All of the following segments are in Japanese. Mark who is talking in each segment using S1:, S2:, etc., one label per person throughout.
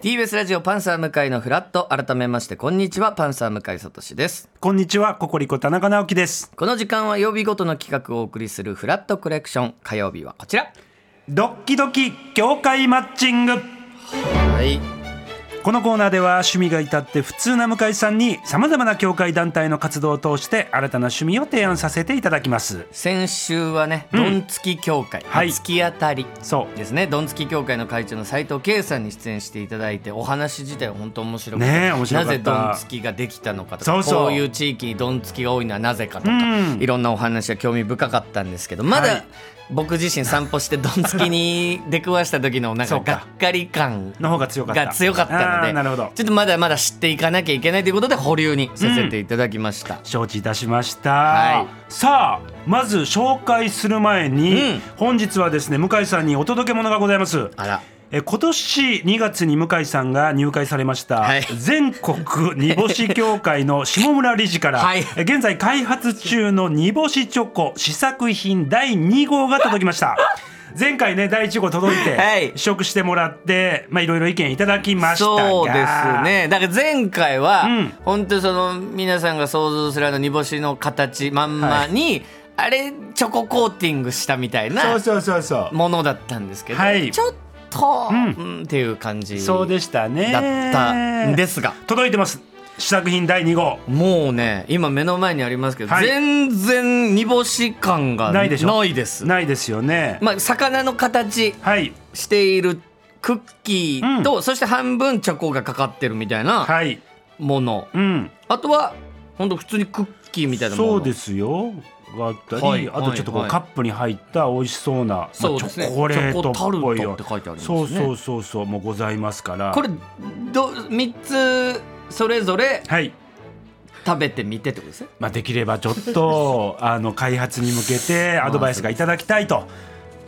S1: TBS ラジオパンサー向井のフラット改めましてこんにちはパンサー向井聡です
S2: こんにちは、ココリコ田中直樹です。
S1: この時間は曜日ごとの企画をお送りするフラットコレクション火曜日はこちら
S2: ドッキドキ業界マッチング。
S1: はい
S2: このコーナーでは趣味が至って普通な向井さんにさまざまな業界団体の活動を通して新たな趣味を提案させていただきます。
S1: 先週はね
S2: うん
S1: どんつき協会、
S2: はい
S1: 突き当たり
S2: そ
S1: ですねどんつき協会の会長の斉藤圭さんに出演していただいてお話自体は本当面白くて、
S2: ねえ面白かった
S1: なぜどんつきができたのかとか
S2: そうそう
S1: こういう地域にどんつきが多いのはなぜかとか、
S2: うん
S1: いろんなお話は興味深かったんですけどまだ、
S2: はい
S1: 僕自身散歩してどんつきに出くわした時のなん
S2: そ
S1: か
S2: うか
S1: がっかり感
S2: う。の方が強かった。
S1: が強かったの
S2: あー
S1: で
S2: なるほど。
S1: ちょっとまだまだ知っていかなきゃいけないということで保留にさせていただきました、
S2: 承知いたしました、
S1: はい
S2: さあまず紹介する前に、
S1: うん
S2: 本日はですね向井さんにお届け物がございます
S1: あら
S2: え今年2月に向井さんが入会されました、
S1: はい
S2: 全国煮干し協 会の下村理事から、
S1: はい
S2: え現在開発中の煮干しチョコ試作品第2号が届きました前回ね第1号届いて、
S1: はい
S2: 試食してもらってまあいろいろ意見いただきましたが
S1: そうですねだから前回は、
S2: うん
S1: 本当にその皆さんが想像するあの煮干しの形まんまに、あれチョココーティングしたみたい
S2: そう
S1: な
S2: そうそうそう
S1: ものだったんですけど、
S2: はい
S1: ちょっと、
S2: ん
S1: うんっていう感じ
S2: そうでしたね
S1: だったんですが。
S2: 届いてます試作品第2号
S1: もうね今目の前にありますけど、
S2: はい
S1: 全然煮干し感が
S2: ないでしょ
S1: ないです
S2: ないですよね、
S1: まあ、魚の形
S2: はい
S1: しているクッキーと、そして半分チョコがかかってるみたいな
S2: はい
S1: もの
S2: うん
S1: あとは本当普通にクッキーみたいなもの
S2: そうですよがあったり、
S1: はい
S2: あとちょっとこう、
S1: はいはい
S2: カップに入った美味しそうな
S1: そう
S2: ま
S1: で
S2: あ
S1: す
S2: チ
S1: ね
S2: ョコレートっぽい
S1: チョコタル
S2: よ
S1: トって書いてありますね
S2: そうそうそうそうもうございますから
S1: これど3つそれぞれ
S2: はい
S1: 食べてみてってことですね
S2: まあ、できればちょっ とあの開発に向けてアドバイスがいただきたいと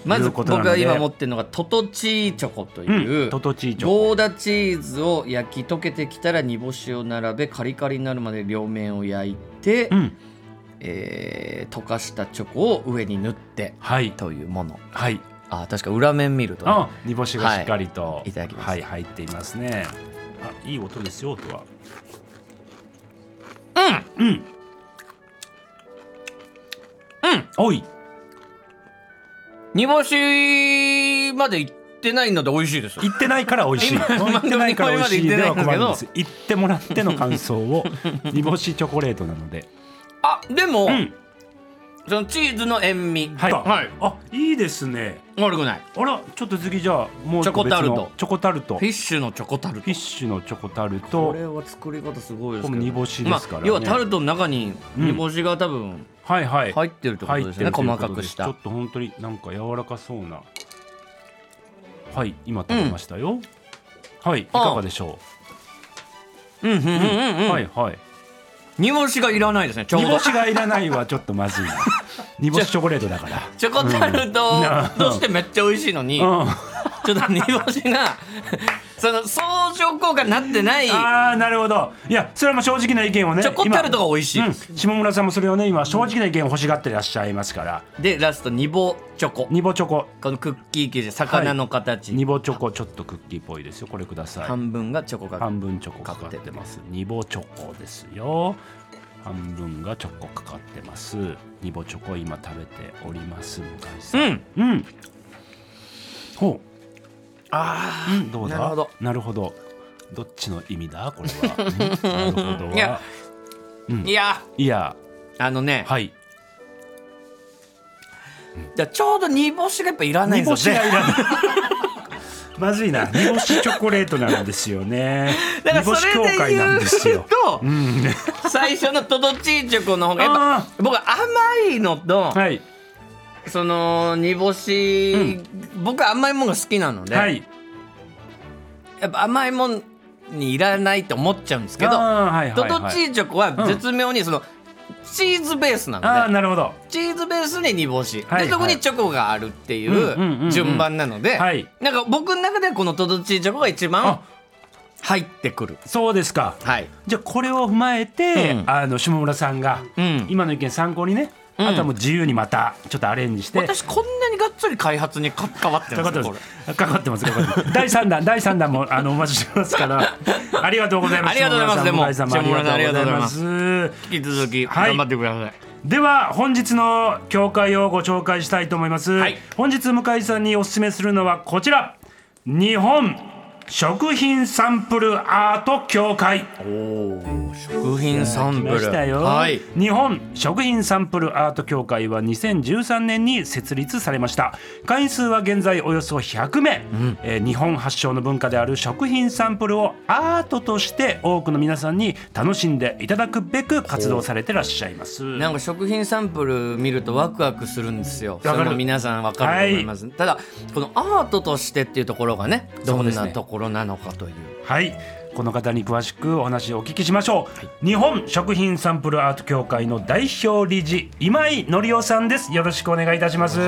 S1: ま
S2: い
S1: ず
S2: うこ
S1: 僕
S2: となので
S1: が今持ってるのがトトチーチョコと
S2: う
S1: い
S2: ん
S1: う
S2: トトチーチョコ
S1: ゴーダチーズを焼き溶けてきたら煮干しを並べカリカリになるまで両面を焼いて、
S2: うん
S1: えー溶かしたチョコを上に塗って
S2: はい
S1: というもの
S2: はい
S1: あ確か裏面見るとね、
S2: あ煮干しがしっかりと、
S1: いいただきます
S2: はい入っていますねあいい音ですよ音はうんうんうんおい
S1: 煮干しまで行ってないので美味しいですよ
S2: 行ってないから美味し い。
S1: 今
S2: 行ってないから美味しいでは困るんです
S1: 今。
S2: 行ってもらっての感想 を煮干しチョコレートなので。
S1: あでも、
S2: うん。
S1: そのチーズの塩味
S2: はい。
S1: はい、
S2: あ、いいですね。
S1: 悪くない
S2: あら、ちょっと次じゃあもう一個別
S1: チ
S2: の
S1: ョコタルト
S2: チョコタルト。
S1: フ
S2: フ
S1: ィッ
S2: ィ
S1: シュのチョコタルト
S2: ッシュのチョコタル
S1: ことれ。は作り方すごいですけど
S2: これも煮干しですからね。
S1: 要はタルトの中に煮干しが多分
S2: はいはい。
S1: 入ってるってことですよね、
S2: 入ってるという
S1: 細
S2: こ
S1: か
S2: と
S1: く
S2: です
S1: した
S2: ちょっと本当になんか柔らかそうな。はい、今食べましたよ。はい、いかがでしょ
S1: うんうんうんうんう
S2: う。
S1: ん、
S2: はいはい。
S1: 煮干しがいらないですねちょう
S2: 煮
S1: ど
S2: 干しがいらないはちょっとまずいな。 煮干しチョコレートだから。
S1: チョコタルト
S2: うん
S1: としてめっちゃ美味しいのに、
S2: うん。
S1: ちょっと煮干しが その相乗効果になってないチ
S2: ああなるほどいやそれはもう正直な意見をね
S1: ョコタルトが美味しい
S2: 今
S1: で
S2: うん、
S1: す、
S2: 下村さんもそれをね今正直な意見を欲しがってらっしゃいますから
S1: でラスト煮干チョコ
S2: ニボチョコ
S1: このクッキー生地魚の形、
S2: ニボチョコちょっとクッキーっぽいですよこれください
S1: 半分がチョコが
S2: 半分チョコかかってますニボチョコですよ半分がチョコかかってますニボチョコ今食べております向井さんうん、ほうああ、うん、どうだ
S1: なるほど
S2: なるほどどっちの意味だこれ は、うんなるほど
S1: いやいや
S2: いや
S1: あのね、
S2: はい
S1: じゃあちょうど煮干しがやっぱいらない
S2: 煮
S1: んで
S2: 干
S1: す
S2: し
S1: よ
S2: が
S1: ね
S2: いらない まずいな煮干しチョコレートなんですよね 煮
S1: だから
S2: 干
S1: そ
S2: し
S1: れ
S2: 協
S1: で
S2: 会なん
S1: 言う
S2: で すよ
S1: と
S2: うん
S1: 最初のトドチーチョコの方がやっ
S2: あ
S1: ぱ
S2: ー
S1: 僕は甘いのと、
S2: はい
S1: その煮干し、僕は甘いものが好きなので、
S2: はい
S1: やっぱ甘いもんにいらないと思っちゃうんですけど
S2: あーはい
S1: ト
S2: はい
S1: ドチ
S2: はい
S1: ーチョコは絶妙にその、チーズベースな
S2: あ
S1: の
S2: あ
S1: で
S2: なるほど
S1: チーズベースに煮干し、
S2: はいはい
S1: でそこにチョコがあるって
S2: うんうんうんう
S1: い
S2: ん
S1: う順番なので、
S2: はい
S1: なんか僕の中ではこのトドチーチョコが一番
S2: あ
S1: 入ってくる。
S2: そうですか
S1: はい
S2: じゃあこれを踏まえて、
S1: うん
S2: あの下村さんが
S1: うん
S2: 今の意見参考にねあとはもう自由にまたちょっとアレンジして
S1: 私こんなにがっつり開発に関わって
S2: か
S1: ま
S2: かっ
S1: すね
S2: てま
S1: これ
S2: す。かかってます。かかってます。第三弾、第三弾 も、あの、お待ちしてますから。ありがとうございます。
S1: ありがとうございます
S2: 下村さん
S1: でも
S2: 向井さんもありがとうござい
S1: 下
S2: ます。
S1: 引き続き
S2: はい
S1: 頑張ってください、
S2: では、本日の教会をご紹介したいと思います。
S1: はい
S2: 本日向井さんにお勧めするのはこちら。日本食品サンプルアート協会。
S1: 食品サンプ
S2: ま
S1: ル
S2: したよ、
S1: はい
S2: 日本食品サンプルアート協会は2013年に設立されました会員数は現在およそ100名、えー日本発祥の文化である食品サンプルをアートとして多くの皆さんに楽しんでいただくべく活動されてらっしゃいます
S1: なんか食品サンプル見るとワクワクするんですよ。
S2: か
S1: そ
S2: る
S1: れも皆さんわかると思います。ただこのアートとしてっていうところがね、ど
S2: うんですね
S1: なところなのかという。
S2: はいこの方に詳しくお話をお聞きしましょう、日本食品サンプルアート協会の代表理事今井則夫さんですよろしくお願いいたします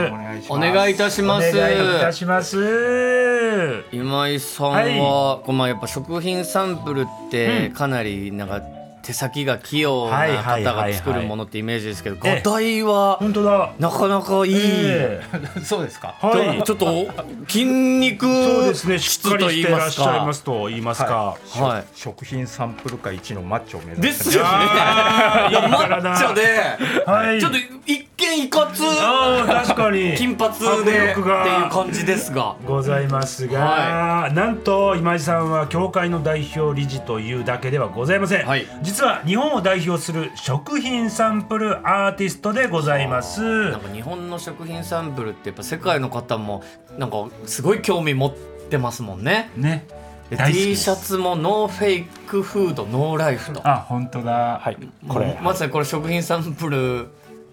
S1: お願いいたします。
S2: お願いいたします
S1: 今井さんは、こうまあやっぱ食品サンプルってかなりなんか手先が器用
S2: は
S1: ない
S2: はい
S1: 方
S2: はいは
S1: が
S2: い
S1: 作るものってイメージですけど、
S2: え
S1: 画
S2: え
S1: 題は
S2: 本当だ。
S1: なかなかいい。
S2: え
S3: そうですか。
S2: えはい。
S1: ちょっと筋肉
S2: そうですね。し
S1: 質
S2: っか
S1: と言
S2: り
S1: い
S2: してら
S1: ま
S2: っ
S1: す
S2: しゃい
S1: か
S2: ま。すと言いますか。
S1: はい。
S3: 食品サンプル界一のマッチョを目指して
S1: で
S3: ます
S1: すよね。
S2: あー
S1: いや
S2: いい
S1: マ
S2: 体
S1: ッチョで、
S2: はい。
S1: ちょっと一見いかつ
S2: ああ確かに。
S1: 金髪でっていう感じですが
S2: ございますが、
S1: は
S2: なんと今井さんは協会の代表理事というだけではございません、
S1: はい
S2: 実は日本を代表する食品サンプルアーティストでございます
S1: なんか日本の食品サンプルってやっぱ世界の方もなんかすごい興味持ってますもんね
S2: ね
S1: で
S2: 大好きです
S1: T シャツもノーフェイクフードノーライフと
S2: あ本当だ
S3: はい、これ、
S1: まさにこれ食品サンプル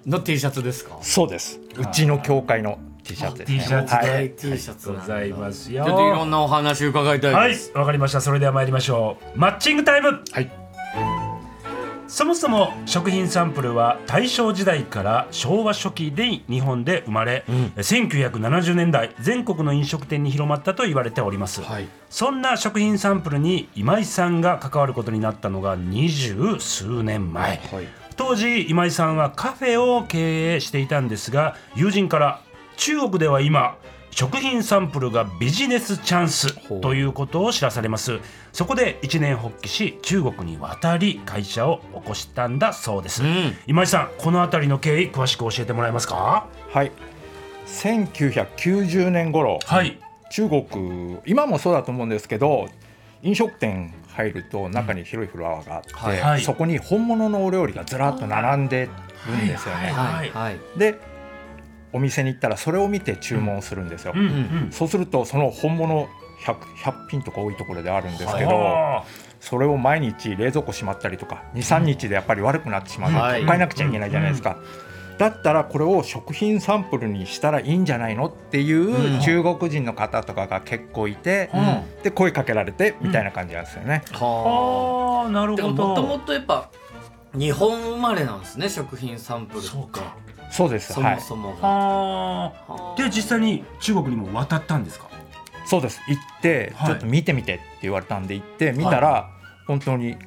S1: の T シャツですか
S3: そうです。うちの協会の T シャツです、ね。
S2: T シャツ
S3: はい、
S1: 大 T シャツ
S2: ご
S1: なんだ
S2: ざいます
S1: ちょ
S2: よ
S1: っといろんなお話伺いた
S2: はいい
S1: です、
S2: わかりましたそれでは参りましょうマッチングタイム
S3: はい
S2: そもそも食品サンプルは大正時代から昭和初期で日本で生まれ、1970年代全国の飲食店に広まったと言われております、
S1: はい
S2: そんな食品サンプルに今井さんが関わることになったのが二十数年前、
S3: はい
S2: 当時今井さんはカフェを経営していたんですが友人から中国では今食品サンプルがビジネスチャンス
S1: ほう
S2: ということを知らされますそこで一年発起し中国に渡り会社を起こしたんだそうです、
S1: うん
S2: 今井さんこの辺りの経緯詳しく教えてもらえますか
S3: はい。1990年頃、
S2: はい
S3: 中国今もそうだと思うんですけど、飲食店入ると中に広いフロアがあって、
S1: はい
S2: はい
S3: そこに本物のお料理がずらっと並んでるんですよね。
S1: はい
S2: は
S1: はい
S3: で、お店に行ったらそれを見て注文するんですよ。
S2: うんうん
S3: そうするとその本物 100, 100品とか多いところであるんですけど、
S2: は
S3: それを毎日冷蔵庫しまったりとか23日でやっぱり悪くなってしまうの
S1: は
S3: で
S1: い
S3: 買えなくちゃいけないじゃないですか、だったらこれを食品サンプルにしたらいいんじゃないのっていう中国人の方とかが結構いて、で声かけられてみたいな感じなんですよね、
S2: あ
S1: はあ
S2: あーなる
S1: で
S2: ほ
S1: も
S2: ど
S1: もともとやっぱ日本生まれなんですね食品サンプルって
S2: そうか
S3: そうです
S1: そ
S3: は
S1: も
S3: い
S1: そもが、
S2: はあで実際に中国にも渡ったんですか
S3: そうです行って
S2: はい
S3: ちょっと見てみてって言われたんで行って見たら、本当に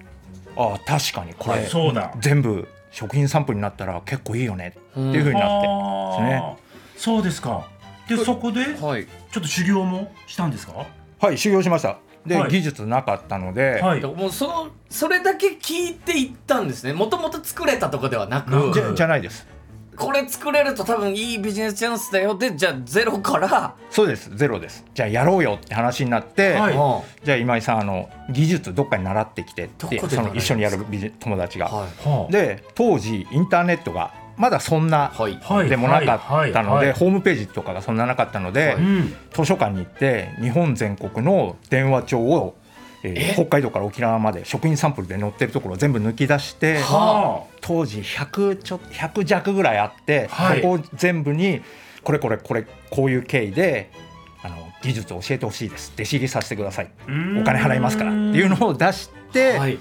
S3: ああ確かにこれ、
S2: そうだ
S3: 全部食品サンプルになったら結構いいよね
S1: て
S3: っていうふうになって、
S2: あーそうですかでそこでちょっ
S1: はい、
S2: と修行もしたんですか
S3: はい修行しましたで、
S2: はい
S3: 技術なかったので、
S2: はい
S1: もうそのそれだけ聞いていったんですねもともと作れたとかではなく
S2: なん
S3: じ
S2: う
S3: ゃ
S2: ん
S3: じゃないです
S1: これ作れると多分いいビジネスチャンスだよでじゃあゼロから、
S3: そうですゼロですじゃあやろうよって話になって、
S2: はい
S1: うんは
S3: じゃあ今井さんあの技術どっかに習ってきてっ
S1: どこ
S3: て
S1: で習
S3: そ
S1: いま
S3: の
S1: すか
S3: 一緒にやるビジ友達が、
S1: い
S2: は
S3: で当時インターネットがまだそんな
S1: はい
S2: はい
S3: でもなかったの
S2: はいはいは
S3: で
S2: い
S3: ホームページとかがそんななかったので、
S1: はい
S2: うん
S3: 図書館に行って日本全国の電話帳を、えー
S1: え
S3: 北海道から沖縄まで食品サンプルで載ってるところを全部抜き出して
S1: は
S2: は
S3: 当時100ちょ100弱ぐらいあって、
S2: はい
S3: そこを全部にこれこれこれこういう経緯であの技術を教えてほしいです弟子入りさせてください
S2: あうん
S3: お金払いますからっていうのを出して、
S1: はい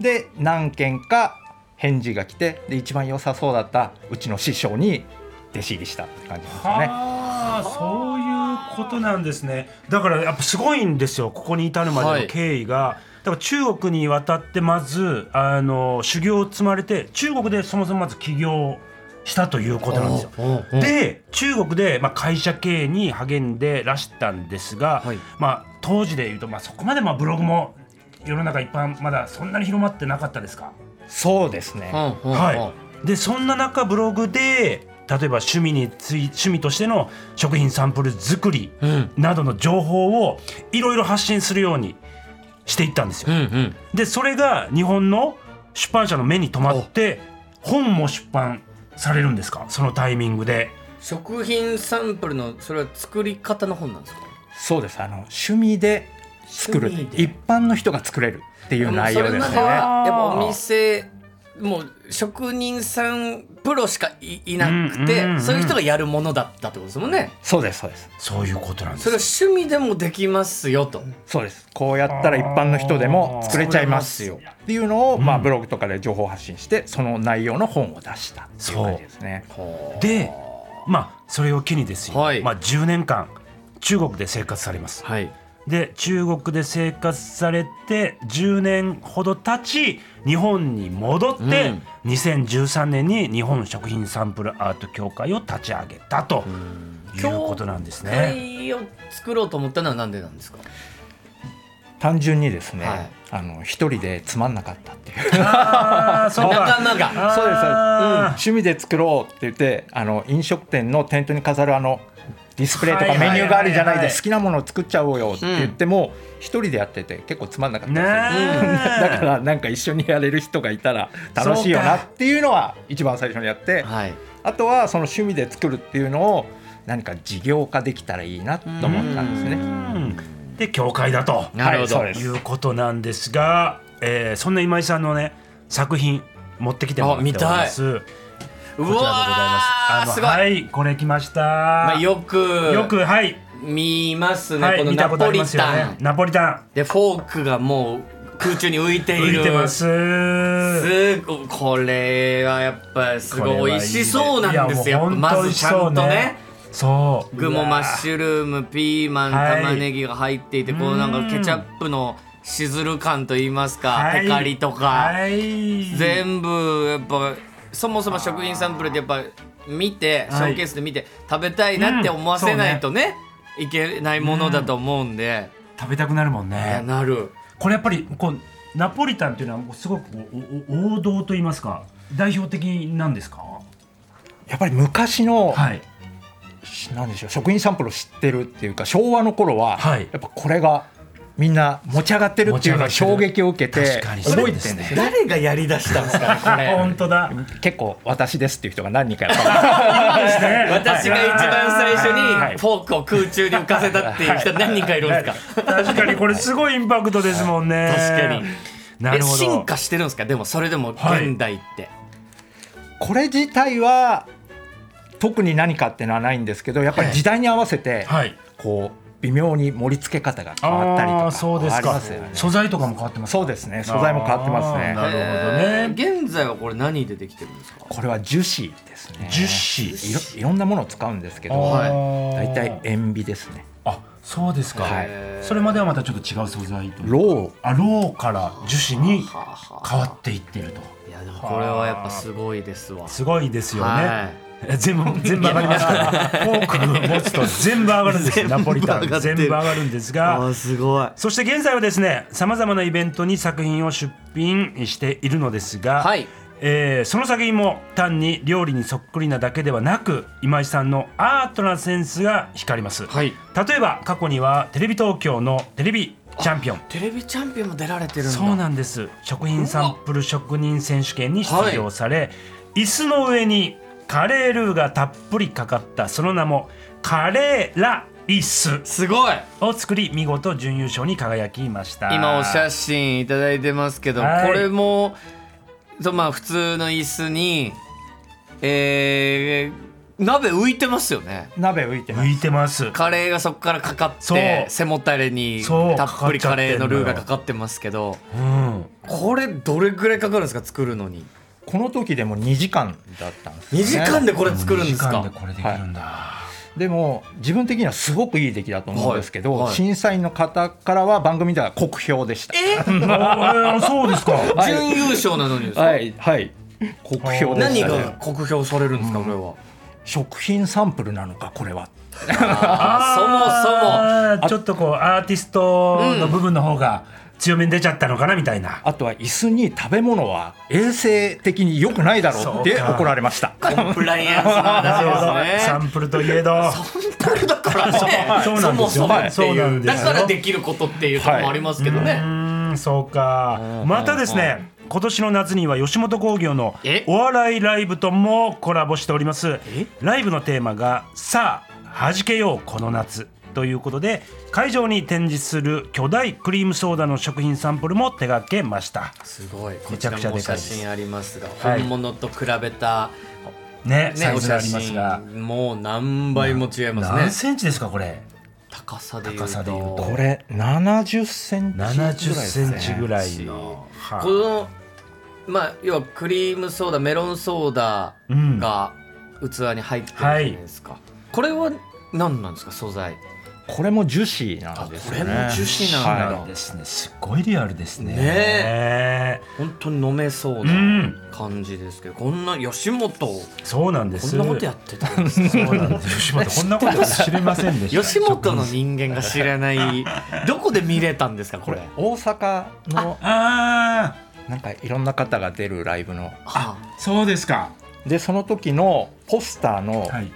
S3: で何件か返事が来てで一番良さそうだったうちの師匠に弟子入りしたって感じですよね。
S2: はあそういうことなんですねだからやっぱすごいんですよここに至るまでの経緯が、だから中国に渡ってまずあの修行を積まれて中国でそもそもまず起業したということなんですよ。で中国で、まあ、会社経営に励んでらしたんですが、
S1: はい
S2: まあ、当時でいうと、まあ、そこまでまあブログも世の中一般まだそんなに広まってなかったですか、
S3: そうですね、
S2: はい、でそんな中ブログで例えば趣味につい趣味としての食品サンプル作り
S1: うん
S2: などの情報をいろいろ発信するようにしていったんですよ。
S1: うんうん
S2: でそれが日本の出版社の目に留まって本も出版されるんですかそのタイミングで。
S1: 食品サンプルのそれは作り方の本なんですか
S3: そうですあの趣味で作る
S1: 趣味で
S3: 一般の人が作れるっていう内容で
S1: もう
S3: す
S1: それまで
S3: ね
S1: はやっぱお店もう職人さんプロしかいいなくて、
S2: うんうんうんうん
S1: そういう人がやるものだったってことですもんね
S3: そうですそうです
S2: そういうことなんです
S1: それは趣味でもできますよと
S3: そうですこうやったら一般の人でも作れちゃいますよっていうのを、まあ、ブログとかで情報発信してその内容の本を出したっていう感じですね
S2: でまあそれを機にですよ、
S1: はい
S2: まあ、10年間中国で生活されます。
S1: はい
S2: で中国で生活されて10年ほど経ち日本に戻って、
S1: うん
S2: 2013年に日本食品サンプルアート協会を立ち上げたということなんですね。
S1: 会を作ろうと思ったのはなんでなんですか
S3: 単純にですね、
S1: はい
S3: あの一人でつまんなかったっていう
S2: あーそう
S1: 仲
S2: か
S1: 間が
S3: そうですそうです
S2: あー
S3: 趣味で作ろうって言ってあの飲食店の店頭に飾るあのディスプレイとかメニューがあるじゃな
S2: は
S3: い
S2: いはいはいは
S3: で
S2: い
S3: 好きなものを作っちゃおうよって言っても一人でやってて結構つまんなかったですね だ
S2: ねえ
S3: からなんか一緒にやれる人がいたら楽しいよなっていうのは一番最初にやって
S1: はい
S3: あとはその趣味で作るっていうのを何か事業化できたらいいなと思ったんですね。
S2: うんで教会だと
S1: なるほど
S3: はい、
S2: い
S3: そう
S2: うことなんですが、えーそんな今井さんのね作品持ってきてもらっております。
S1: う
S2: こちらでございます。
S1: わー
S2: の
S1: すごい、
S2: はいこれ来ました。
S1: まあ、よく
S2: よくはい
S1: 見ますね、
S2: はい
S1: この
S2: 見た
S1: ナ
S2: こと
S1: ポ
S2: あり
S1: リ
S2: ますよ
S1: タン、
S2: ね。ナポリタ
S1: でフォークがもう空中に浮いて
S2: ン
S1: いる
S2: 浮いてます。
S1: すごこれはやっぱすごい美味しそうなんですよ
S2: いやもう本当
S1: ま
S2: 美
S1: ず
S2: 味し
S1: ちゃん
S2: そ
S1: と
S2: う
S1: ね
S2: そう。
S1: 具もマッシュルームピーマン
S2: はい
S1: 玉ねぎが入っていて、こ
S2: う
S1: の
S2: ん
S1: なんかケチャップのしずる感といいますか、
S2: はい
S1: テカリとか、
S2: はい。
S1: 全部やっぱそもそも食品サンプルってやっぱ見てショ
S2: はい
S1: ーケースで見て食べたいなって思わせないとね,、いけないものだと思うんで、
S2: 食べたくなるもん
S1: いや
S2: ね。
S1: なる
S2: これやっぱりこうナポリタンっていうのはすごくおお王道と言いますか代表的なんですか。
S3: やっぱり昔の、
S2: はい。
S3: なんでしょう食品サンプルを知ってるっていうか昭和の頃は、
S2: はい
S3: やっぱこれがみんな持ち上がってるっていうのが
S2: 持ち上が
S3: 衝
S2: ってる
S3: 撃を受けて
S2: 確かにそう
S3: 覚えてるん
S2: で
S3: ですす
S2: ね
S3: ね。
S1: 誰がやりだしたんですか ねこ
S2: あ本当だ。
S3: 結構私ですっていう人が何人かやった
S1: 私が一番最初
S2: は
S1: に
S2: い
S1: フォークを空中に浮かせたっていう人何人かいるんですか
S2: 確かにこれすごいインパクトですもんね。
S1: 確かに
S2: なるほど。
S1: え進化してるんですかでもそれでも現代って、
S3: これ自体は特に何かっていうのはないんですけどやっぱり時代に合わせて、
S2: はい。
S3: こう微妙に盛り付け方が変わったりと
S2: あ
S3: か
S2: あそうです
S3: あり
S2: か
S3: ますよね。
S2: 素材とかも変わってますか。
S3: そうですね素材も変わってます
S2: あーなるほ
S3: ね
S2: どね。
S1: えー現在はこれ何でできてるんですか
S3: これは樹脂ですね
S2: 樹脂。
S3: いろいろんなものを使うんですけど
S1: はい
S3: 大体
S2: え。
S3: 塩ビですね
S2: あそうですか
S3: はい。
S2: それまではまたちょっと違う素材と。
S3: ロウ
S2: あローから樹脂に
S1: はあはあ
S2: 変わっていってると。
S1: いやでもこれはやっぱすごいですわ
S2: すごいですよ
S1: は
S2: ね。全部全部上がりますから。フォーク持つと全部上がるんですよ。ナポリタ
S1: 全部上が
S2: ン
S1: ってる
S2: 全部上がるんですが。
S1: あーすごい
S2: そして現在はですねさまざまなイベントに作品を出品しているのですが、
S1: はい
S2: えーその作品も単に料理にそっくりなだけではなく今井さんのアートなセンスが光ります、
S1: はい
S2: 例えば過去にはテレビ東京のテレビチャンピオン
S1: テレビチャンピオンも出られてるんだ
S2: そうなんです食品サンプル職人選手権に出場され、椅子の上にカレールーがたっぷりかかったその名もカレーラ椅子
S1: すごい
S2: を作り見事準優勝に輝きました
S1: 今お写真いただいてますけど、
S2: はい
S1: これもとまあ普通の椅子にえー、鍋浮いてますよね
S3: 鍋浮いてます
S2: 浮いてます
S1: カレーがそこからかかっ
S2: そう
S1: て背もたれに
S2: そう
S1: たっぷり
S2: かか
S1: カ
S2: っちゃってんの
S1: レーの
S2: よ
S1: ルーがかかってますけど
S2: うん
S1: これどれぐらいかかるんですか作るのに
S3: この時でも2時間だったんですよ
S1: 2
S3: ね
S1: 時間でこれ作るんです
S2: 時
S1: か
S2: 間でこれできるんだ、
S3: でも自分的にはすごくいい出来だと思うんですけど、
S1: はいはい
S3: 審査員の方からは番組では酷評でした
S1: え
S2: ああそうですか
S1: 準優勝なのにですか
S3: はいはい国
S4: そ
S3: 評
S4: う
S3: で
S1: 何
S3: した
S1: が
S3: ね
S1: 酷評されるんですか、これは。
S3: 食品サンプルなのかこれは
S1: あ
S4: そもそも
S2: ちょっとこうアーティストの部分の方が強めに出ちゃったのかなみたいな、
S3: あとは椅子に食べ物は衛生的に良くないだろうって
S2: そうか
S3: 怒られました
S1: コンプライアンスの 話です
S2: サ
S1: ね。
S2: ンプルといえど
S1: だからね、
S2: そう
S1: そ
S2: なん
S1: も
S2: です
S1: そ
S2: よ
S1: もって
S2: そうないん
S1: う、
S2: です
S1: だ
S2: よ
S1: からできることっていうところもありますけど
S2: う
S1: ね。
S2: ーんそうかまたですね今年の夏には吉本興業の
S1: え
S2: お笑いライブともコラボしております
S1: え
S2: ライブのテーマが「さあ弾けようこの夏」ということで会場に展示する巨大クリームソーダの食品サンプルも手掛けました
S1: すごい、こ
S2: め
S1: ち
S2: ちゃくち
S1: ら
S2: ゃ
S1: も
S2: でか
S1: 写
S2: いです
S1: 真ありますが、
S2: はい
S1: 本物と比べた。
S2: ね
S1: ね、
S2: サイ
S1: お
S2: ズが
S1: 写
S2: ありますが
S1: 真もう何倍も違いま
S2: 何
S1: すね。
S2: センチですかこれ
S1: 高さで言う
S2: 高さで言う
S1: と。
S2: と
S3: これ70センチぐらいで
S2: 70
S3: す
S2: セ
S3: ね
S2: ンチぐらいのはい
S1: このまあ要はクリームソーダメロンソーダ
S2: うん
S1: が器に入ってるじゃないですか、これは何なんですか素材
S3: これも樹脂なんですよね
S1: あこれも樹脂なんだ
S3: はい
S2: ですねすごいリアルですね
S1: ね本当に飲めそう
S2: う
S1: なん感じですけど、こんな吉本こ
S2: そうなんです
S1: んなことやってたんですか
S2: そうなんです吉本こんなこと知れませんでした
S1: 吉本の人間が知らない どこで見れたんですかこ
S3: こ
S1: れ
S3: れ大阪の
S2: あ
S3: なんかいろんな方が出るライブの
S1: あ
S2: あそうですか
S3: でその時のポスターの
S2: はい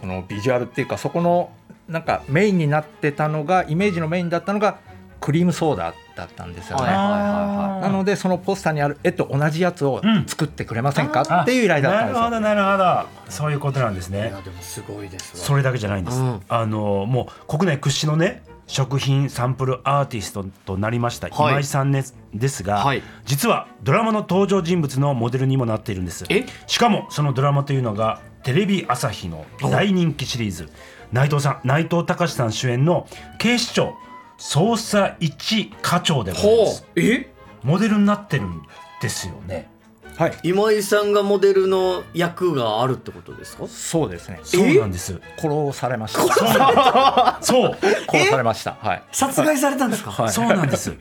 S3: そのビジュアルっていうかそこのなんかメインになってたのがイメージのメインだったのがクリームソーダだったんですよね、
S1: はい
S3: なのでそのポスターにある絵と同じやつを
S2: うん
S3: 作ってくれませんか、っていう依頼だったん
S2: な
S3: で
S2: る
S3: すよ
S2: ほどなるほどそういうことなんです
S1: い
S2: ね
S1: やでもすごいですわ
S2: それだけじゃないんです、
S1: うん
S2: あのもう国内屈指のね食品サンプルアーティストとなりました
S1: はい
S2: 今井さんですですが、
S1: はい
S2: 実はドラマの登場人物のモデルにもなっているんです
S1: え
S2: しかもそのドラマというのがテレビ朝日の大人気シリーズ内藤さん内藤隆さん主演の「警視庁捜査一課長」でございま
S1: ほ
S2: す
S1: うえ
S2: モデルになってるんですよね
S3: はい
S1: 今井さんがモデルの役があるってことですか
S3: そうですね
S2: そうな んです
S3: 殺されまし
S2: そう
S3: た
S2: なんですそう
S3: 殺されましたはい
S1: 殺害されたんですか、
S2: そうなんです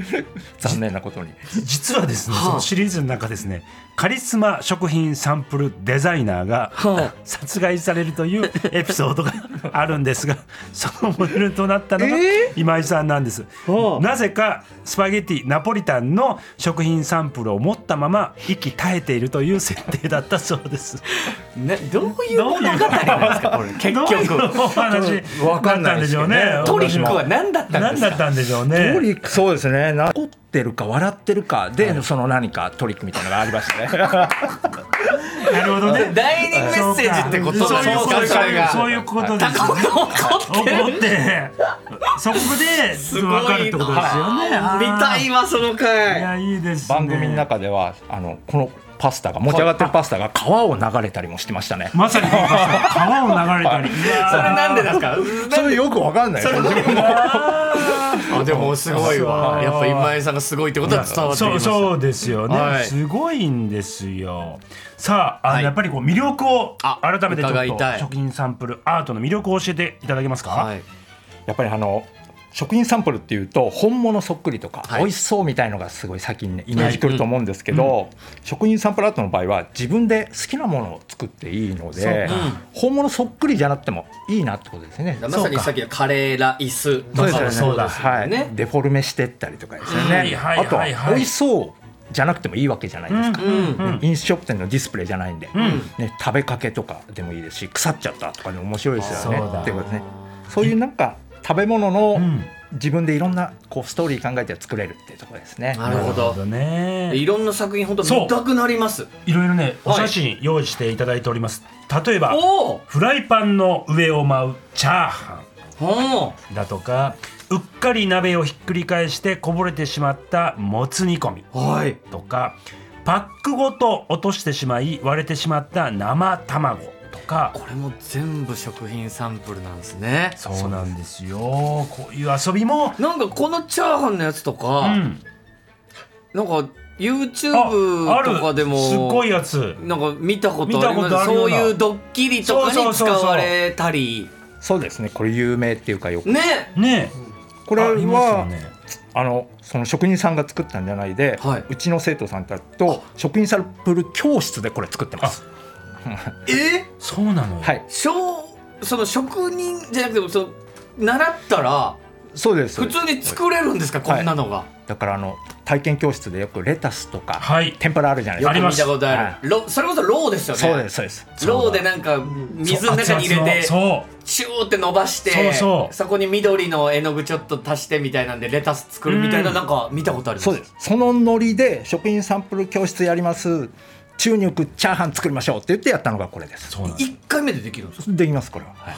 S3: 残念なことに
S2: 実はですね、
S1: はあ
S2: そのシリーズの中ですねカリスマ食品サンプルデザイナーが、
S1: はあ
S2: 殺害される というエピソードがあるんですがそのモデルとなったのが今井さんなんです、
S1: はあ
S2: なぜかスパゲティナポリタンの食品サンプルを持ったまま息絶えているという設定だったそうです
S1: ね、どういう物語なんですかこれ結
S2: どういう
S1: 局
S2: お話
S3: わかん
S2: だった
S3: ない
S2: ん
S3: で
S2: ですしょ
S3: よ
S2: う
S3: ね
S2: ね
S1: トリックは何だったんで
S2: 何
S1: すか
S2: だったんでしょう
S3: ト
S2: ね
S3: リックそうですねな怒ってるか笑ってるかで、その何かトリックみたいなのがありましたね
S2: なるほどね
S1: ダイニングメッセージってこと
S2: そう
S1: なんです
S2: か
S1: かそ
S2: そう
S1: れ
S2: いうこ
S1: が
S2: とそういうことです
S1: 高岡怒ってる
S2: 怒ってそこで
S1: ご
S2: す
S1: い
S2: 分かるってことですよね
S1: あー見たいわその
S2: い
S1: 回
S2: やいいですね
S3: 番組の中ではあのこのパスタが持ち上がってるパスタが川を流れたりもしてましたね
S2: まさに川を流れたり
S1: それなんでなんですか
S3: それよくわかんないです
S1: あでもすごいわやっぱ今井さんがすごいってことは伝わってき
S2: そ
S1: ま
S2: う
S1: した
S2: そうですよね、
S1: はい
S2: すごいんですよさああの、
S1: はい
S2: やっぱりこう魅力を
S1: あ
S2: 改めてちょ
S1: 伺
S2: っ
S1: い
S2: と
S1: たい
S2: 食品サンプルアートの魅力を教えていただけますか、
S1: はい
S3: やっぱりあの食品サンプルっていうと本物そっくりとか
S1: はい
S3: 美味しそうみたいのがすごい先にねイメージくると思うんですけど食品サンプルアートの場合は自分で好きなものを作っていいので
S1: そうか
S3: 本物そっくりじゃなくてもいいなってことですね。
S1: まさにさっきのカレーライスと
S3: そう
S1: か
S3: ですよ
S1: も
S3: ね
S1: そうです
S3: は
S1: よ
S3: い
S1: ね
S3: デフォルメしてったりとかですよ
S2: はい
S3: ね。
S2: はい
S3: あと
S2: はいはい
S3: は美味しそうじゃなくてもいいわけじゃないですか
S1: う。ん
S2: ん
S3: 飲食店のディスプレイじゃないんで、
S2: ん
S3: ね、食べかけとかでもいいですし腐っちゃったとかでも面白いですよ
S2: あそう
S3: ね
S2: だ
S3: っていうことですねそういうなんか食べ物の
S2: ん
S3: 自分でいろんなこうストーリー考えて作れるっていうところですね。
S1: なるほ
S2: な
S1: ど
S2: るほどね
S1: いろんな作品本当
S2: そう
S1: 見たくなります
S2: いろいろねお
S1: はい
S2: 写真用意していただいております例えば
S1: おお
S2: フライパンの上を舞うチャーハン
S1: ほ
S2: だとかうっかり鍋をひっくり返してこぼれてしまったもつ煮込み
S1: うはい
S2: とかパックごと落としてしまい割れてしまった生卵とか
S1: これも全部食品サンプルなんですね
S2: そうなんですよこういう遊びも、
S1: なんかこのチャーハンのやつと
S2: う
S1: か、
S2: ん、
S1: なんか
S2: ああ
S1: YouTube
S2: る
S1: とかでも
S2: すっごいやつ
S1: なんか見たことありま
S2: 見
S1: す
S2: たことあるよ
S1: そう
S2: うな
S1: いうドッキリとかに使
S2: そうそうそうそう
S1: われたり
S3: そうですねこれ有名っていうかよく
S1: ね
S2: ね
S3: これ
S2: ありますよ
S3: は
S2: ね
S3: つあのその職人さんが作ったんじゃないで、
S1: はいう
S3: ちの生徒さんたちと職員サンプル教室でこれ作ってます。
S1: え
S2: そうなのよ、
S3: はい、
S1: 小その職人じゃなくてもその習ったら
S3: そうです。そう
S1: 普
S3: です
S1: 通に作れるんですかこんなのが、
S3: だからあの体験教室でよくレタスとか、
S2: はい
S3: 天ぷらあるじゃない
S1: よ
S3: で
S1: く
S2: あり
S3: すか。
S2: ま
S1: 見
S2: す
S1: たことある
S3: は
S1: ろそれこそローですよね
S3: そうですそうです。
S1: ローでなんか水の中に入れて
S2: そう熱々の
S1: チューって伸ばして
S2: そうそう
S1: こに緑の絵の具ちょっと足してみたいなんでレタス作るみたいな
S2: うん
S1: なんか見たことあります
S3: そうです。そのノリで職員サンプル教室やります。中肉チャーハン作りましょうって言ってやったのがこれです。
S2: そうそうなんです
S1: 1回目でできるんですか
S3: できますこれは。はい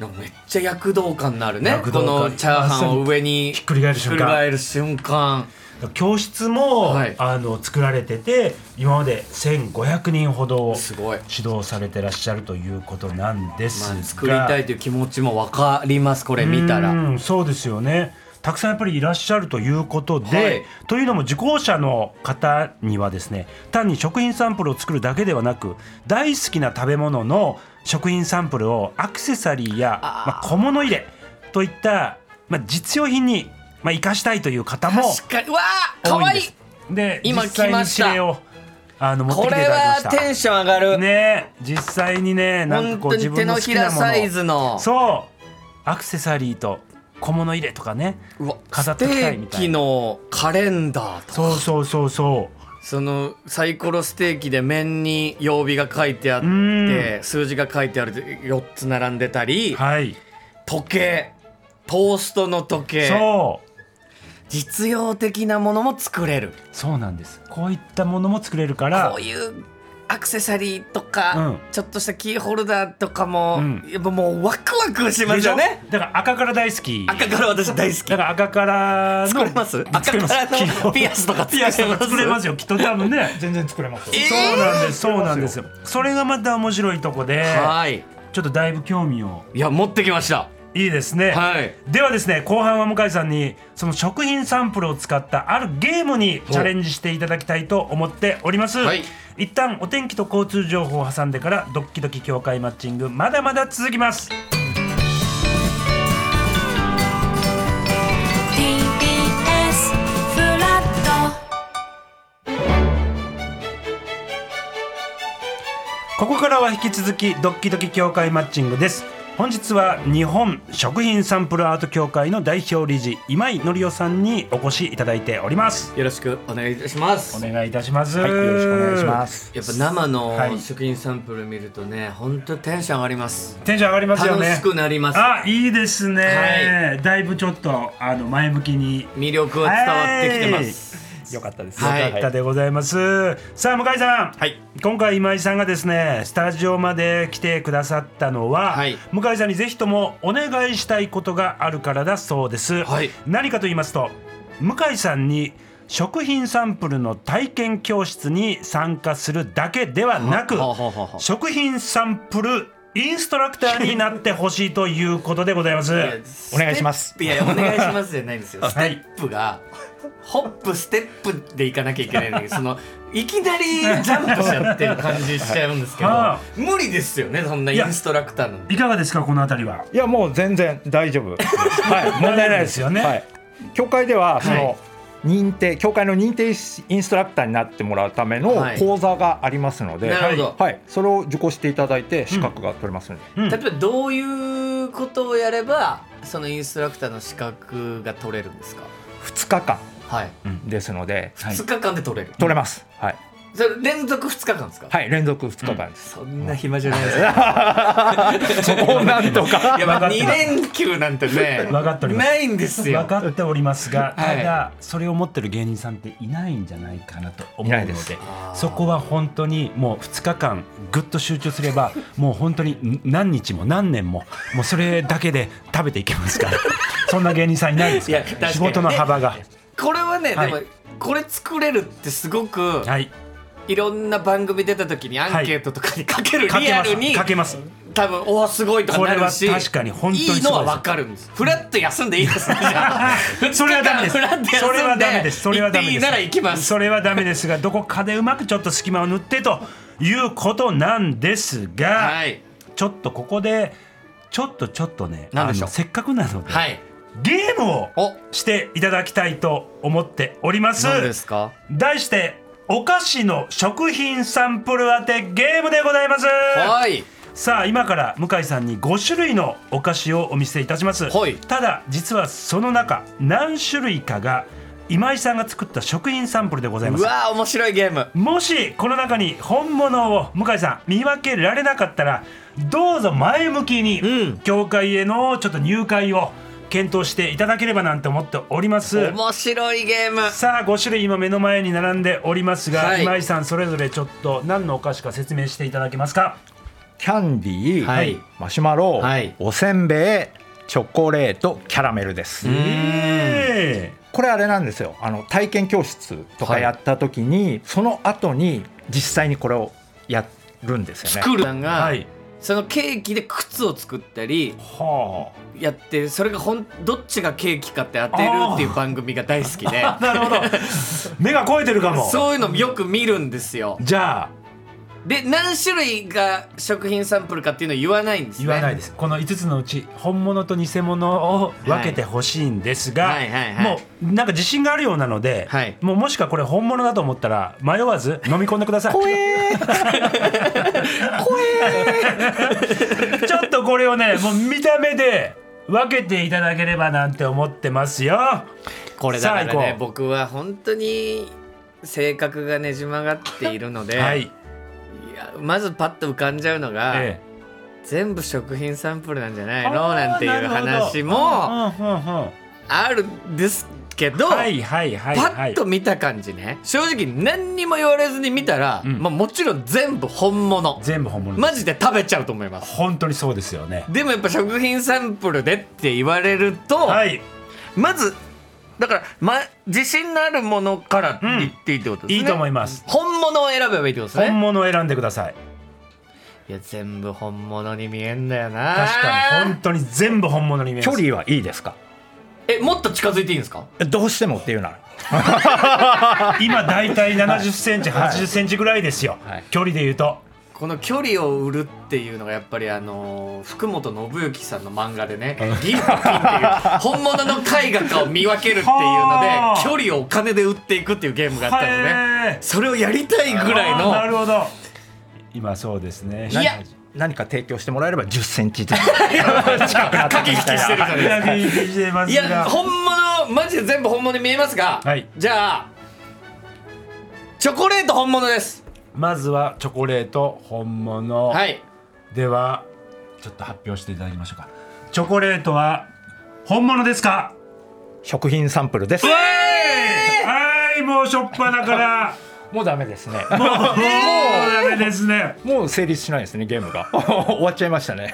S1: なんかめっちゃ躍動感のあるね
S2: 躍
S1: こ
S2: 動感
S1: のチャーハンを上に
S2: ひっくり返る
S1: ひっ
S2: 瞬
S1: くり
S2: 間
S1: 返る瞬間
S2: 教室も、
S1: はい
S2: あの作られてて今まで1500人ほど
S1: すごい
S2: 指導されてらっしゃるということなんですが、
S1: まあ、作りたいという気持ちも分かりますこれ見たら
S2: うんそうですよねたくさんやっぱりいらっしゃるということで、
S1: はい
S2: というのも受講者の方にはですね単に食品サンプルを作るだけではなく大好きな食べ物の食品サンプルをアクセサリーや
S1: あー
S2: まあ、小物入れといった、まあ、実用品に、まあ、生かしたいという方も
S1: 確かにうわあか
S2: 多い
S1: わ
S2: ん
S1: い
S2: で
S1: い
S2: すで
S1: 今
S2: 実際
S1: 来ま
S2: に
S1: した
S2: 指令をあの持って
S1: こ
S2: きてい
S1: れ
S2: ただき
S1: は
S2: ました
S1: テンション上がる、
S2: ね実際にねなんか
S1: 本
S2: こう
S1: 当
S2: 自
S1: に手
S2: 分
S1: の
S2: の好き
S1: ひ
S2: な
S1: ら
S2: も
S1: サイ
S2: の
S1: ズの
S2: そうアクセサリーと小物入れとかね
S1: うわ
S2: 飾
S1: ス
S2: っておきたい
S1: テ
S2: み
S1: ー
S2: たいな
S1: キのカレンダーと
S2: そうそうそうそう
S1: そのサイコロステーキで面に曜日が書いてあっ
S2: うん
S1: て数字が書いてある4つ並んでたり
S2: はい
S1: 時計トーストの時計
S2: そう
S1: 実用的なものも作れる
S2: そうなんですこういったものも作れるから
S1: こういうアクセサリーと
S2: う
S1: か
S2: ん
S1: ちょっとしたキーホルダーとかも
S2: うん
S1: やっぱもうワクワクしま
S2: ですしょ
S1: よね
S2: だから赤から大好き
S1: 赤から私大好き
S2: だから赤からの
S1: 作れます赤
S2: 作れます
S1: から
S2: キーホ
S1: の
S2: ルダー
S1: ピアスとか
S2: ピアスとか作れますすよきっと多分ね
S3: 全然作れます。
S1: え
S2: そうなんですそうなんで
S3: 作
S2: すそれがまた面白いとこで
S1: はい
S2: ちょっとだいぶ興味を
S1: いや持ってきました
S2: いいですね
S1: はい
S2: ではですね後半は向井さんにその食品サンプルを使ったあるゲームにチャレンジしていただきたいと思っております、
S1: はい
S2: 一旦お天気と交通情報を挟んでからドッキドキ協会マッチングまだまだ続きます
S5: TBS フラット
S2: ここからは引き続きドッキドキ協会マッチングです本日は日本食品サンプルアート協会の代表理事今井紀夫さんにお越しいただいております
S1: よろしくお願いいたします
S2: お願いいたします、
S3: はい、よろしくお願いします。
S1: やっぱ生
S2: はい
S1: の食品サンプル見るとね、本当テンション上がります。
S2: テンション上がりますよ
S1: 楽
S2: ね
S1: しくなります。
S2: あいいですね、
S1: は
S2: だいぶちょっとあの前向きに
S1: 魅力は伝わってきてます。
S3: よかったです。
S1: はい
S2: やったでございます、さあ向井さん、
S1: はい
S2: 今回今井さんがですねスタジオまで来てくださったのは、
S1: はい
S2: 向井さんにぜひともお願いしたいことがあるからだそうです、
S1: はい
S2: 何かと言いますと向井さんに食品サンプルの体験教室に参加するだけではなく
S1: ははははは
S2: 食品サンプルインストラクターになってほしいということでござい ます。
S3: お願いします
S1: ステップいやお願いしますじゃないんですよ。ステ
S2: はい
S1: ップがホップステップでいかなきゃいけないのに、そのいきなりジャンプしちゃってる感じしちゃうんですけど
S2: はあ、
S1: 無理ですよね。そんなインストラクターの。
S2: いかがですかこのあたりはい
S3: やもう全然大丈夫です。はい、問題な
S2: 問
S3: いです
S2: 題ないですよね
S3: はい、教会ではその、
S1: はい
S3: 認定教会の認定インストラクターになってもらうための
S1: はい
S3: 講座がありますので、
S1: なるほど。
S3: はい、それを受講していただいて資格が取れますので、
S2: うん
S1: 例えばどういうことをやればそのインストラクターの資格が取れるんですか。
S3: 2日間
S1: はい。
S3: ですので、
S2: はい
S1: 2日間で取れる、
S3: 取れます。はい、
S1: それ連続2日間ですか、
S3: はい、連続2日間です。
S1: そんな暇じゃないです
S3: そこをなんとか。
S1: いやまあ2連休なんてね
S2: わかっております
S1: ないんですよ
S2: 分かっておりますが、
S1: はい
S2: ただそれを持ってる芸人さんっていないんじゃないかなと思う
S3: いな
S2: の
S3: い
S2: で
S3: です
S1: あー
S2: そこは本当にもう2日間ぐっと集中すればもう本当にん何日も何年ももうそれだけで食べていけますから そんな芸人さんいないですか
S1: いや確からに
S2: 仕事の幅が。
S1: これはね、
S2: はい
S1: でもこれ作れるってすごく
S2: はい、
S1: いろんな番組出た時にアンケートとかにかける
S2: か
S1: リ
S2: け
S1: ア
S2: ま
S1: ルに
S2: すかけます
S1: 多分おおすごいとかなるし
S2: これは確かに本当にすご
S1: い
S2: いです
S1: のは分かるんですフラッと休んでいいですね
S2: それはダメです
S1: フラッと休んで
S2: それはダメですそれは
S1: 行
S2: ダメです
S1: っていいなら行きます
S2: それはダメですがどこかでうまくちょっと隙間を塗ってということなんですが、
S1: はい
S2: ちょっとここでちょっとちょっとね
S1: 何でしょう
S2: あのせっかくなので、
S1: はい
S2: ゲーム
S1: お
S2: をしていただきたいと思っております
S1: 何ですか
S2: 題してお菓子の食品サンプル当てゲームでございます
S1: はい
S2: さあ今から向井さんに5種類のお菓子をお見せいたします、
S1: はい
S2: ただ実はその中何種類かが今井さんが作った食品サンプルでございうま
S1: わ
S2: す
S1: ー面白いゲーム
S2: もしこの中に本物を向井さん見分けられなかったらどうぞ前向きに
S1: うん
S2: 協会へのちょっと入会を検討していただければなんて思っております
S1: 面白いゲーム
S2: さあ5種類今目の前に並んでおりますが、
S1: はい
S2: 今井さんそれぞれちょっと何のお菓子か説明していただけますか
S3: キャンディー、
S1: はい
S3: マシュマロ、
S1: はい
S3: おせんべいチョコレートキャラメルです、
S2: え
S3: これあれなんですよあの体験教室とかやった時に、その後に実際にこれをやるんですよね
S1: 作るさんが、
S2: えはい
S1: そのケーキで靴を作ったり
S2: は
S1: やってそれがほんどっちがケーキかって当てるっていう番組が大好き で
S2: あなるほ ど目が肥えてるかも
S1: そういうのよく見るんですよ
S2: じゃあ
S1: で何種類が食品サンプルかっていうのを言わないんですね
S2: 言わないです、この5つのうち本物と偽物を分けてほしいんですが、
S1: はいはいはいはい
S2: もうなんか自信があるようなので、
S1: はい
S2: もうもしかこれ本物だと思ったら迷わず飲み込んでください怖え ちょっとこれをねもう見た目で分けていただければなんて思ってますよ
S1: これだか
S2: さ
S1: ら
S2: あ行
S1: ね
S2: こう
S1: 僕は本当に性格がねじ曲がっているので、
S2: はい
S1: い、やまずパッと浮かんじゃうのが、
S2: ええ
S1: 全部食品サンプルなんじゃないのなんていう話も
S2: あーなるほどうんうんうん
S1: あるんですけど、
S2: はいはいはい
S1: パ
S2: は
S1: ッ
S2: い
S1: と見た感じね正直何にも言われずに見たら、
S2: ん
S1: まあ、もちろん全部本物
S2: 全部本物です
S1: マジで食べちゃうと思います
S2: 本当にそうですよね
S1: でもやっぱ食品サンプルでって言われると、
S2: はい
S1: まずだから、ま、自信のあるものから
S2: ん
S1: 言っていいってことですね、
S2: いいと思います
S1: 本物を選べばいいってことです
S2: 本
S1: ね
S2: 物を選んでください
S1: いや全部本物に見えんだよな
S2: 確かに本当に全部本物に見え
S3: 距
S2: ます
S3: 離はいいですか
S1: えもっと近づいていいんですか
S3: どうしてもっていうなら
S2: 今だいたい7 0センチ8 0センチぐらいですよ、
S3: はい
S2: 距離で言うと
S1: この距離を売るっていうのがやっぱりあのー福本信之さんの漫画でね「銀と金」っていう本物の絵画かを見分けるっていうので
S2: はあ
S1: 距離をお金で売っていくっていうゲームがあったのね
S2: へー
S1: それをやりたいぐらい
S2: あーな
S1: の
S2: るほど今そうですね
S1: いや
S3: 何か提供してもらえれば1 0ンチず つ
S1: 駆け引きしてるじゃないですか
S2: なりしてま
S1: い
S2: す
S1: や
S2: が
S1: 本物マジで全部本物に見えますが、
S2: はい
S1: じゃあチョコレート本物です
S2: まずはチョコレート本物、
S1: はい
S2: ではちょっと発表していただきましょうかチョコレートは本物ですか
S3: 食品サンプルです
S2: はいもうしょっぱな から
S3: もうダメですね
S2: もうもうダメですね
S3: もう成立しないですねゲー ムが終わっちゃいましたね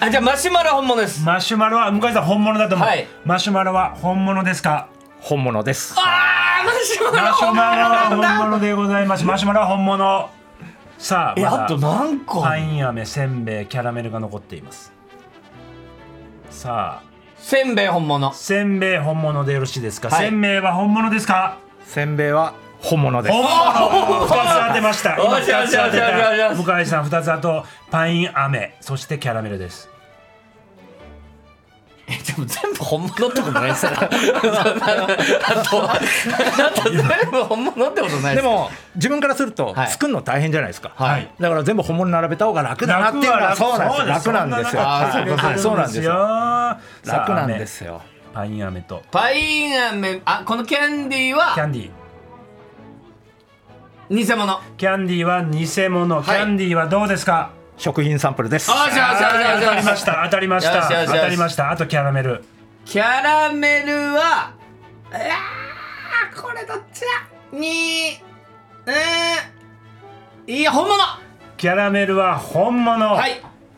S1: あじゃあマシュマロ本物です
S2: マシュマロは向井さん本物だと思う、
S1: はい
S2: マシュマロは本物ですか
S3: 本物です
S1: あーマシュマロ
S2: マシュ
S1: 本物
S2: マロは
S1: なんだ
S2: 本物でございますマシュマロは本物さあ
S1: え
S2: まだ
S1: あと何個
S2: パイン飴せんべいキャラメルが残っていますさあ
S1: せんべい本物
S2: せんべい本物でよろしいですか、
S1: はい
S2: せんべいは本物ですか
S3: せんべいは本物です
S2: 本物2つ当てました
S1: お
S2: 今
S1: よしよ
S2: 2
S1: し
S2: つ
S1: よ
S2: 当
S1: しよし
S2: て
S1: よしよ
S2: た
S1: し
S2: 向井さん2つあとパイン飴そしてキャラメルです
S1: えでも全部本物ってことないですかあとあと全部本物ってことないですか
S3: でも自分からすると
S1: はい
S3: 作るの大変じゃないですか、
S1: はい
S3: だから全部本物並べた方が楽だなっていうのは
S2: 楽
S3: そう
S2: は
S3: なんですよ楽なんですよ
S1: あー
S3: はいはいそうなんですよ楽
S2: 楽
S3: な
S2: なんん
S3: で
S2: ですす
S3: よ
S2: よパイン飴と
S1: パイン飴あこのキャンディー
S2: キャ
S1: は
S2: ンディー
S1: 偽物あ
S2: キャンディーは偽物、キャンディーはどうですか
S3: 食品サンプルです
S1: よしよしよしよし
S2: 当たりま
S1: よし
S2: した当たりま
S1: よ
S2: した
S1: しよしよし
S2: 当たりましたあとキャラメル
S1: キャラメルは、いやー、これどっちだに、うーん、いや、本物は
S2: キャラメルは本物、
S1: い。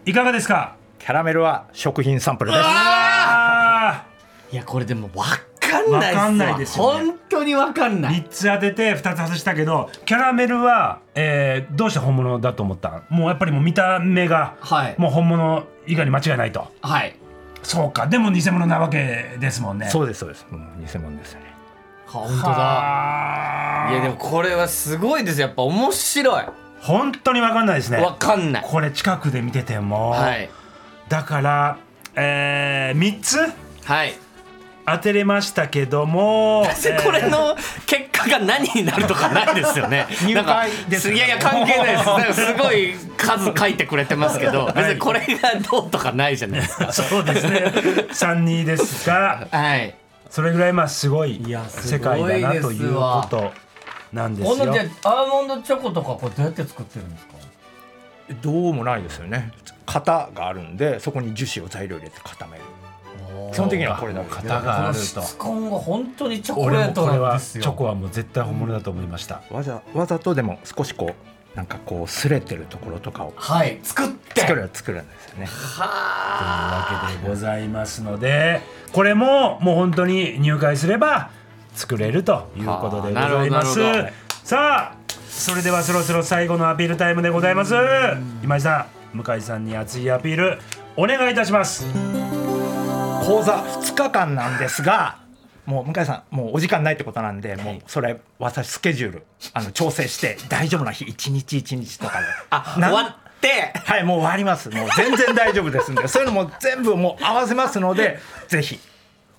S2: いかがですか
S3: キャラメルは食品サンプルです
S1: あ
S2: あ
S1: ーいや、これでもわかんないっすわ
S2: わかんないですよね
S1: 本当にわかんない。
S2: 3つ当てて2つ外したけどキャラメルは、えーどうして本物だと思ったもうやっぱりもう見た目が、
S1: はい
S2: もう本物以外に間違いないと
S1: はい。
S2: そうかでも偽物なわけですもんね
S3: そうですそうです、うん、偽物ですよね
S1: 本当だ。
S2: あ
S1: い
S2: ー
S1: や、でもこれはすごいです。やっぱ面白い。
S2: 本当に分かんないですね
S1: わかんない。
S2: これ近くで見てても、
S1: はい。
S2: だから、え3つ
S1: はい。
S2: 当てれましたけど も
S1: これの結果が何になるとかないですよね
S3: 入会
S1: なんか
S3: です
S1: いやいや関係ないですなんかすごい数書いてくれてますけど別にこれがどうとかないじゃないです か
S2: そうですね3 2です が
S1: はい
S2: それぐらいまあすごい
S1: いやすご
S2: 世
S1: い
S2: 界だな
S1: です
S2: と
S1: わ
S2: いうことなんで
S6: こ
S2: すよ
S6: のじゃあアーモンドチョコとかこれどうやって作ってるんですか
S3: どうもないですよね型があるんでそこに樹脂を材料入れて固める基本的にはこれだけ
S2: 型があると
S6: この質感が本当にチョコレ
S2: 俺
S6: ー
S2: も
S6: ト
S2: これ
S6: なん
S2: は
S6: で
S2: チ
S6: す
S2: ョコ
S6: よ
S2: はもう絶対本物だと思いました、
S3: わざわざとでも少しこうなんかこう擦れてるところとかを
S1: はい作って
S3: 作るは作るんですよね
S2: というわけでございますのでこれももう本当に入会すれば作れるということでございます
S1: はあなるほどなる
S2: さあそれではそろそろ最後のアピールタイムでございます今井さん向井さんに熱いアピールお願いいたします
S3: 講座2日間なんですがもう向井さんもうお時間ないってことなんで、もうそれ私スケジュールあの調整して大丈夫な日一日一日とかで
S1: あ終
S3: なん
S1: わって
S3: はいもう終わりますもう全然大丈夫です んでそういうのも全部もう合わせますのでぜひ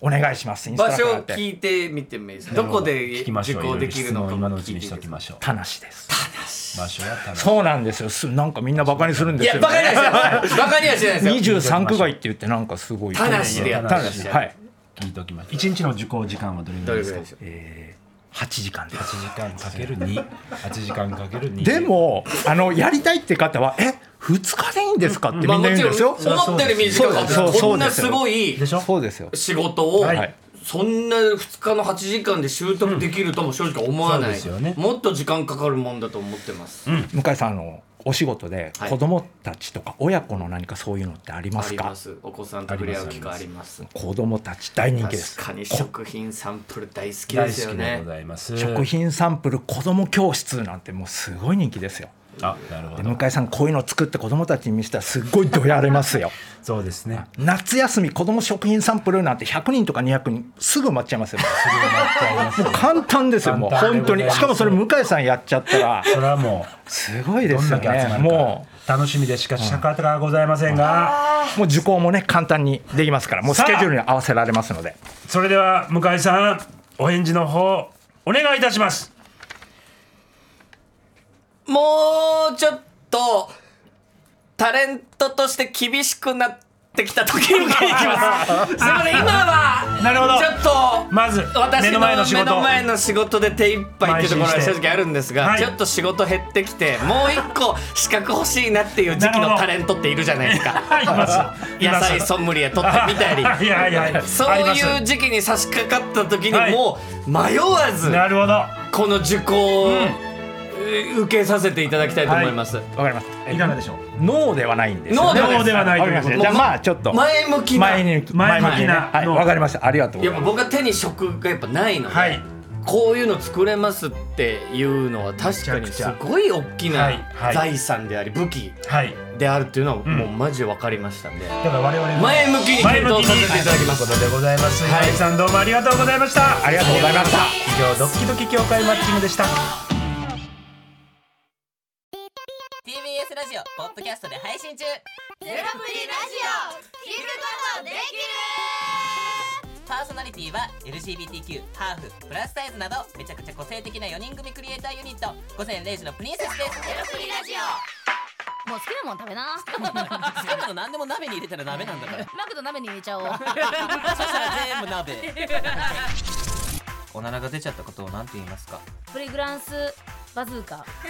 S3: お願いしますインスト
S1: 場
S3: ラクタ
S1: 所
S3: ー
S1: を
S3: って
S1: 聞いてみてもいいですかどこで
S2: 聞きまし
S1: 受
S2: ょう
S1: 講できるの
S2: いろいろ質問
S1: か
S2: を今のうちにし
S1: と
S2: ときましょ
S3: 田無です
S2: う場所は多分
S3: そうなんですよすなんかみんなバカにするん
S1: い
S3: で
S1: や
S3: すよ
S1: バカにはしてないバカにはしてないですよ
S3: 23区外って言ってなんかすごい
S1: 田無でやって
S3: 田
S1: ら
S3: 無
S1: っ
S3: で
S1: しゃる
S3: はい
S2: 聞いておきます一日の受講時間はどれぐ
S1: ど
S2: らい
S1: れ
S2: で
S1: ぐ
S2: す
S1: ら
S2: か
S1: いでしょう
S3: 8時間です
S2: 8時間かける28時間かける2
S3: でもあのやりたいって方はえ2日でいいんですかってみん
S1: まあ
S3: な
S1: も
S3: 言うん
S1: ちろ
S3: ですよ、
S1: ん思ったより短かっ
S3: そう
S1: た
S3: です
S1: こんな
S3: そうです
S1: すごい
S2: でしょ
S3: そうですよ
S1: 仕事を、
S2: はい
S1: そんな2日の8時間で習得できるとも正直思わない、
S2: うんそうですよね
S1: もっと時間かかるもんだと思ってます、
S3: 向井さんあのお仕事で
S1: はい
S3: 子供たちとか親子の何かそういうのってありま
S1: あ
S3: す
S1: り
S3: か、
S1: ますお子さんと触れ合う機会あります
S3: 子供たち大人気です
S1: 確かに食品サンプル大好きですよ
S2: 大好きで
S1: ね
S2: ございます
S3: 食品サンプル子供教室なんてもうすごい人気ですよ
S2: あなるほ
S3: で
S2: ど
S3: 向井さんこういうの作って子供たちに見せたらすっごいどやれま すよ
S2: そうですね
S3: 夏休み子供食品サンプルなんて100人とか200人すぐ埋まっちゃいますよもう簡単ですよもう
S2: 簡単でご
S3: 本
S2: ざ
S3: 当
S2: い
S3: に
S2: ます
S3: しかもそれ向井さんやっちゃったら
S2: それはも
S3: すごいうで
S2: どん
S3: すよ
S2: だけ集ま
S3: ね
S2: るか
S3: も
S2: 楽しみでしかしかたがございませんが
S3: うもう受講もね簡単にできますからもうスケジュールに合わせられますので
S2: それでは向井さんお返事の方お願いいたします
S1: もうちょっとタレントとして厳しくなってきた時に行きますすいません今は
S2: なるほど
S1: ちょっと
S2: まず
S1: 私
S2: 目
S1: の
S2: の前の仕
S1: 目
S2: 事
S1: の前の仕事で手一杯っていうところは
S2: 邁進して
S1: 正直あるんですが、
S2: はい
S1: ちょっと仕事減ってきてもう一個資格欲しいなっていう時期
S2: なる
S1: の
S2: ほど
S1: タレントっているじゃないですか
S2: います い
S1: 野
S2: ます
S1: 菜ソムリエ取ってみ たり
S2: いやいやいや
S1: そ
S2: あ
S1: う
S2: ります
S1: いう時期に差し掛かった時
S2: は
S1: に
S2: い
S1: もう迷わず
S2: なるほど
S1: この受講を受けさせていただきたいと思います。
S3: わかります
S2: いかがでしょう
S3: 脳ではないんですよ
S1: 脳
S3: ね
S2: 脳ではないと
S3: わかり
S2: いうこと
S3: まし
S2: で
S3: たじゃあまあちょっと
S1: 前向きな
S3: 前に
S2: 前向きな
S3: ねはい
S2: の
S3: わかりましたありがとうご
S1: や
S3: ざ
S1: っ
S3: い
S1: ぱ
S3: ます
S1: 僕は手に職がやっぱないので、
S2: はい
S1: こういうの作れますっていうのは確かにすごい大き
S2: は
S1: ない
S2: はい
S1: 財産であり武器
S2: はい
S1: であるっていうのはもうマジで分かりましたんで、
S2: だから我々も
S1: 前向きに
S2: 前
S1: 検
S2: 向き
S1: 討さ
S2: に
S1: せていただきま
S2: という
S1: す
S2: ことでございます向井さんどうもありがとうございました
S3: ありがとうございました
S2: 以上ドッキドキ協会マッチングでした
S7: TBS ラジオポッドキャストで配信中
S5: ゼロプリラジオ聞くことできる
S7: パーソナリティは LGBTQ ハーフプラスサイズなどめちゃくちゃ個性的な4人組クリエイターユニット午前0時のプリンセスです
S5: ゼロプリラジオもう好きなもん食べな
S7: 好きなの何でも鍋に入れたら鍋なんだから
S5: マクド鍋に入れち ゃおう
S7: そしたら全部鍋おならが出ちゃったことを何て言いますか
S5: プリグランスバズーカ
S7: ち